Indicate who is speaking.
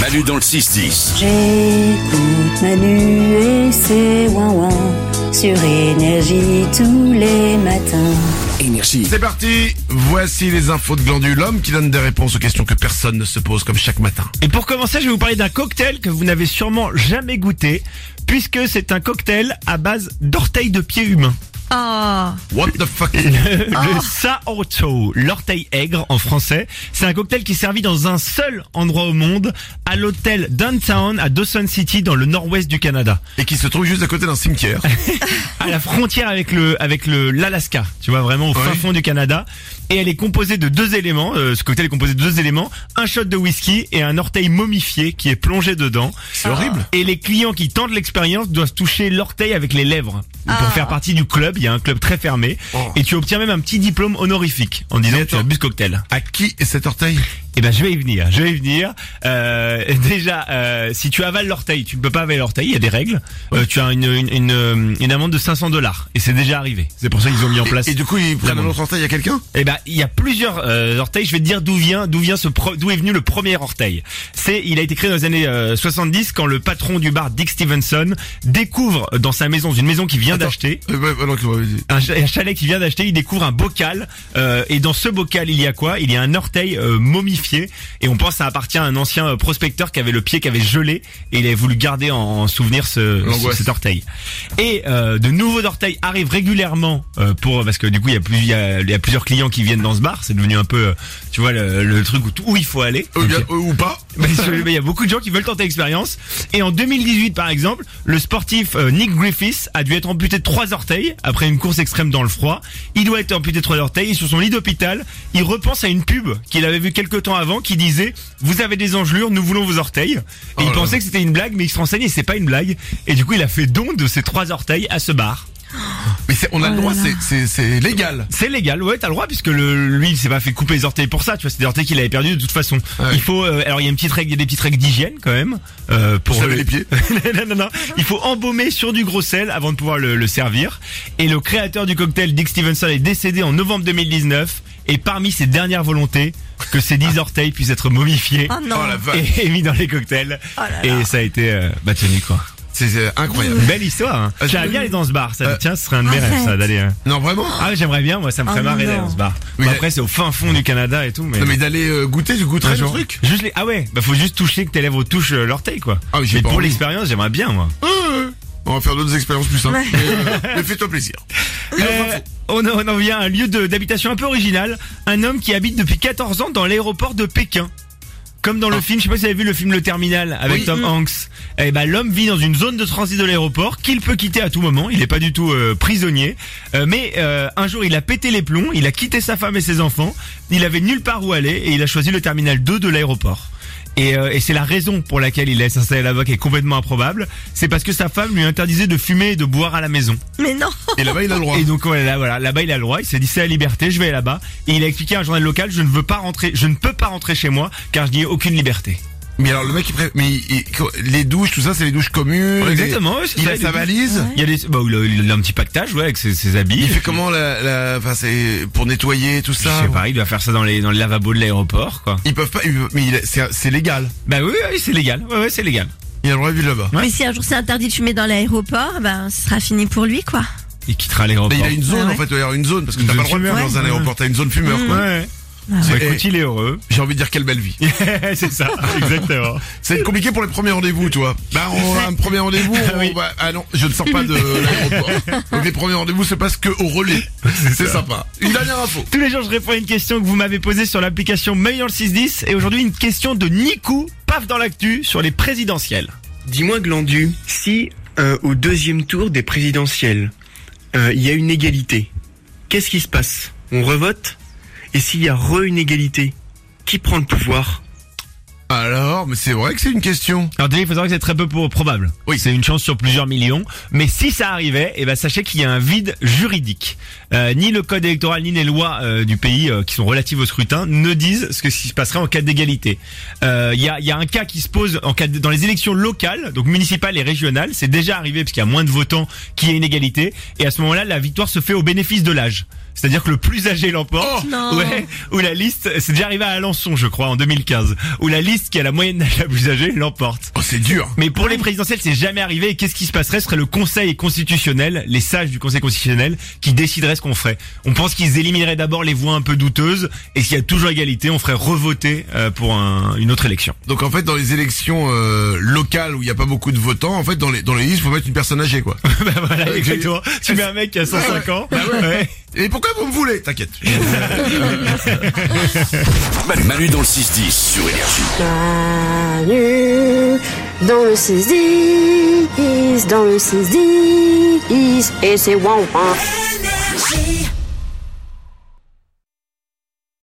Speaker 1: Manu dans le 6-10.
Speaker 2: J'écoute Manu et ses ouin sur énergie tous les matins.
Speaker 3: Énergie.
Speaker 4: C'est parti Voici les infos de Glandu, l'homme qui donne des réponses aux questions que personne ne se pose comme chaque matin.
Speaker 5: Et pour commencer, je vais vous parler d'un cocktail que vous n'avez sûrement jamais goûté, puisque c'est un cocktail à base d'orteils de pieds humains.
Speaker 6: Ah,
Speaker 4: What the fuck
Speaker 5: Le Saoto, l'orteil aigre en français, c'est un cocktail qui est servi dans un seul endroit au monde, à l'hôtel Downtown à Dawson City dans le nord-ouest du Canada,
Speaker 4: Et qui se trouve juste à côté d'un cimetière.
Speaker 5: à la frontière avec le avec le l'Alaska, tu vois vraiment au fin
Speaker 4: Ouais.
Speaker 5: fond du Canada. Et elle est composée de deux éléments, euh, ce cocktail est composé de deux éléments, un shot de whisky et un orteil momifié qui est plongé dedans.
Speaker 4: C'est horrible
Speaker 5: Et les clients qui tentent l'expérience doivent toucher l'orteil avec les lèvres. Pour faire partie du club, il y a un club très fermé.
Speaker 4: Oh.
Speaker 5: Et tu obtiens même un petit diplôme honorifique en disant
Speaker 4: Mais
Speaker 5: que tu as
Speaker 4: attends.
Speaker 5: bu ce cocktail.
Speaker 4: À qui est cet orteil
Speaker 5: Eh ben je vais y venir, je vais y venir. Euh, déjà, euh, si tu avales l'orteil, tu ne peux pas avaler l'orteil, il y a des règles. Euh, tu as une, une, une, euh, une amende de 500 dollars. Et c'est déjà arrivé. C'est pour ça qu'ils ont mis en place.
Speaker 4: Et du coup, ils prennent un autre orteil à quelqu'un
Speaker 5: Eh ben, il y a plusieurs euh, orteils. Je vais te dire d'où vient, d'où vient ce, pro- d'où est venu le premier orteil. C'est, il a été créé dans les années euh, 70 quand le patron du bar Dick Stevenson découvre dans sa maison, une maison qu'il vient
Speaker 4: Attends.
Speaker 5: d'acheter.
Speaker 4: Euh, ouais, alors que- ouais,
Speaker 5: Un, cha- un chalet qu'il vient d'acheter, il découvre un bocal euh, et dans ce bocal il y a quoi Il y a un orteil euh, momifié et on pense que ça appartient à un ancien euh, prospecteur qui avait le pied qui avait gelé et il avait voulu garder en, en souvenir ce,
Speaker 4: L'angoisse.
Speaker 5: ce- cet orteil. Et euh, de nouveaux orteils arrivent régulièrement euh, pour parce que du coup il y a plus il y a, il y a plusieurs clients qui viennent dans ce bar, c'est devenu un peu euh, tu vois le, le truc où, tout- où il faut aller.
Speaker 4: Ou bien- euh, ou pas
Speaker 5: Mais sur- mais il y a beaucoup de gens qui veulent tenter l'expérience. Et en 2018, par exemple, le sportif euh, Nick Griffiths a dû être amputé de trois orteils après une course extrême dans le froid. Il doit être amputé de trois orteils. Et sur son lit d'hôpital, il repense à une pub qu'il avait vue quelques temps avant qui disait « Vous avez des engelures, nous voulons vos orteils ». Et
Speaker 4: Oh
Speaker 5: il
Speaker 4: là
Speaker 5: pensait que c'était une blague, mais il se renseigne et c'est pas une blague. Et du coup, il a fait don de ses trois orteils à ce bar.
Speaker 4: Mais c'est- on a le droit,
Speaker 6: Oh
Speaker 4: c'est- c'est c'est légal.
Speaker 5: C'est légal, ouais, t'as le droit puisque le, lui il s'est pas fait couper les orteils pour ça, tu vois, c'est des orteils qu'il avait perdu de toute façon.
Speaker 4: Ouais.
Speaker 5: Il faut, euh, alors il y a une petite règle, il y a des petites règles d'hygiène quand même euh, pour
Speaker 4: Pour laver les pieds.
Speaker 5: non, non, non. Il faut embaumer sur du gros sel avant de pouvoir le, le servir. Et le créateur du cocktail Dick Stevenson est décédé en novembre 2019. Et parmi ses dernières volontés, que ses 10 orteils puissent être momifiés
Speaker 6: ah non.
Speaker 4: Oh la vache.
Speaker 5: et, et mis dans les cocktails.
Speaker 6: Oh là là.
Speaker 5: et ça a été euh, bah, tenu quoi.
Speaker 4: C'est c'est incroyable.
Speaker 5: Belle histoire. Hein.
Speaker 6: Ah,
Speaker 4: Euh,
Speaker 5: J'aimerais
Speaker 4: je-
Speaker 5: bien aller dans ce bar. Ça,
Speaker 4: Euh,
Speaker 5: tiens, ce serait un de mes
Speaker 6: arrête.
Speaker 5: rêves ça d'aller. euh.
Speaker 4: Non, vraiment
Speaker 5: Ah, j'aimerais bien. Moi, ça me ferait
Speaker 6: Oh
Speaker 5: marrer
Speaker 6: non.
Speaker 5: d'aller dans ce bar.
Speaker 4: Oui,
Speaker 5: Bah,
Speaker 4: mais-
Speaker 5: après, c'est au fin fond du Canada et tout. Mais,
Speaker 4: Non, mais d'aller euh, goûter, je goûterais
Speaker 5: Un
Speaker 4: le
Speaker 5: jour.
Speaker 4: truc.
Speaker 5: Juste les... Ah ouais. Bah faut juste toucher que tes lèvres touchent euh, l'orteil quoi.
Speaker 4: Ah oui, j'ai
Speaker 5: mais
Speaker 4: pas
Speaker 5: pour
Speaker 4: envie.
Speaker 5: l'expérience, j'aimerais bien moi.
Speaker 4: Euh, On va faire d'autres expériences plus simples.
Speaker 6: Ouais.
Speaker 4: Mais, euh, mais fais-toi plaisir. Une autre
Speaker 5: Euh,
Speaker 4: info.
Speaker 5: on, en- on en vient à un lieu de- d'habitation un peu original. Un homme qui habite depuis 14 ans dans l'aéroport de Pékin. Comme dans le film, je sais pas si vous avez vu le film Le Terminal avec
Speaker 4: Ah. Oui. Mm.
Speaker 5: Tom Hanks. Eh ben, l'homme vit dans une zone de transit de l'aéroport qu'il peut quitter à tout moment. Il n'est pas du tout euh, prisonnier. Euh, mais euh, un jour, il a pété les plombs. Il a quitté sa femme et ses enfants. Il avait nulle part où aller et il a choisi le terminal 2 de l'aéroport. Et, euh, et c'est la raison pour laquelle il est installé là-bas qui est complètement improbable. C'est parce que sa femme lui interdisait de fumer et de boire à la maison.
Speaker 6: Mais non.
Speaker 4: Et là-bas, il a le droit.
Speaker 5: Et donc ouais, là voilà, là-bas il a le droit, il s'est dit c'est la liberté, je vais aller là-bas et il a expliqué à un journal local je ne veux pas rentrer, je ne peux pas rentrer chez moi car je n'y ai aucune liberté.
Speaker 4: Mais alors, le mec, il pré- mais il- il- les douches, tout ça, c'est les douches communes.
Speaker 5: Ouais,
Speaker 4: les-
Speaker 5: exactement, ouais, c'est
Speaker 4: Il
Speaker 5: ça,
Speaker 4: a
Speaker 5: les
Speaker 4: sa
Speaker 5: douches.
Speaker 4: valise.
Speaker 5: Il y a des bah il a, il a un petit pactage ouais avec ses, ses habits.
Speaker 4: Il fait comment la, la, enfin c'est pour nettoyer tout
Speaker 5: Je
Speaker 4: ça.
Speaker 5: sais pas, il doit faire ça dans les dans le lavabo de l'aéroport quoi.
Speaker 4: Ils peuvent pas, ils- mais il est- c'est c'est légal.
Speaker 5: Bah oui, oui c'est légal. Ouais ouais, c'est légal.
Speaker 4: Il a le droit de vivre là-bas.
Speaker 5: Ouais.
Speaker 6: Mais si un jour c'est interdit de fumer dans l'aéroport, ben ce sera fini pour lui quoi.
Speaker 5: Il quittera
Speaker 4: Mais
Speaker 5: l'aéroport.
Speaker 4: il a une zone
Speaker 6: Ah ouais.
Speaker 4: en fait, il y a une zone parce que
Speaker 5: Une
Speaker 4: t'as pas le droit
Speaker 5: zone
Speaker 4: de fumer
Speaker 5: fumeur,
Speaker 4: dans un
Speaker 5: ouais.
Speaker 4: aéroport, t'as une zone fumeur.
Speaker 5: Ouais,
Speaker 4: quoi.
Speaker 5: ouais.
Speaker 4: C'est-
Speaker 5: Bah,
Speaker 4: eh,
Speaker 5: écoute, il est heureux.
Speaker 4: J'ai envie de dire quelle belle vie.
Speaker 5: c'est ça, exactement.
Speaker 4: C'est compliqué pour les premiers rendez-vous, toi. Bah on a un premier rendez-vous, on
Speaker 5: Oui.
Speaker 4: va- ah non, je ne sors pas de l'aéroport. Donc les premiers rendez-vous se passent que au relais. C'est sympa. Une dernière info.
Speaker 5: Tous les jours, je réponds à une question que vous m'avez posée sur l'application Mail dans le 610 et aujourd'hui une question de Nico, paf dans l'actu sur les présidentielles.
Speaker 7: Dis-moi, Glandu, si euh, au deuxième tour des présidentielles, euh, il y a une égalité, qu'est-ce qui se passe On revote Et s'il y a re-une égalité, qui prend le pouvoir
Speaker 4: Alors, mais c'est vrai que c'est une question.
Speaker 5: Alors déjà, il faut savoir que c'est très peu pour- probable. Oui. C'est une chance sur plusieurs millions. Mais si ça arrivait, eh ben, sachez qu'il y a un vide juridique. Euh, ni le code électoral, ni les lois euh, du pays euh, qui sont relatives au scrutin ne disent ce que ce qui se passerait en cas d'égalité. Euh, Il y, a, il y a un cas qui se pose en cas de- dans les élections locales, donc municipales et régionales. C'est déjà arrivé parce qu'il y a moins de votants qu'il y ait une égalité. Et à ce moment-là, la victoire se fait au bénéfice de l'âge. C'est-à-dire que le plus âgé l'emporte.
Speaker 6: Oh Non.
Speaker 5: ouais. Ou la liste, c'est déjà arrivé à Alençon, je crois, en 2015. Où la liste qui a la moyenne d'âge la plus âgée l'emporte.
Speaker 4: Oh, c'est dur.
Speaker 5: Mais pour les présidentielles, c'est jamais arrivé. Et qu'est-ce qui se passerait Ce serait le Conseil constitutionnel, les sages du Conseil constitutionnel, qui décideraient ce qu'on ferait. On pense qu'ils élimineraient d'abord les voix un peu douteuses, et s'il y a toujours égalité, on ferait revoter euh, pour un- une autre élection.
Speaker 4: Donc en fait, dans les élections euh, locales où il n'y a pas beaucoup de votants, en fait, dans les dans les listes, faut mettre une personne âgée, quoi.
Speaker 5: bah voilà, exactement. Tu mets un mec qui a 105 ans. Ah Ouais.
Speaker 4: Et pourquoi vous me voulez T'inquiète.
Speaker 1: Manu, Manu dans le 6-10 sur Énergie.
Speaker 3: Manu, dans le 6 dans le 6 et c'est waouh. waouh.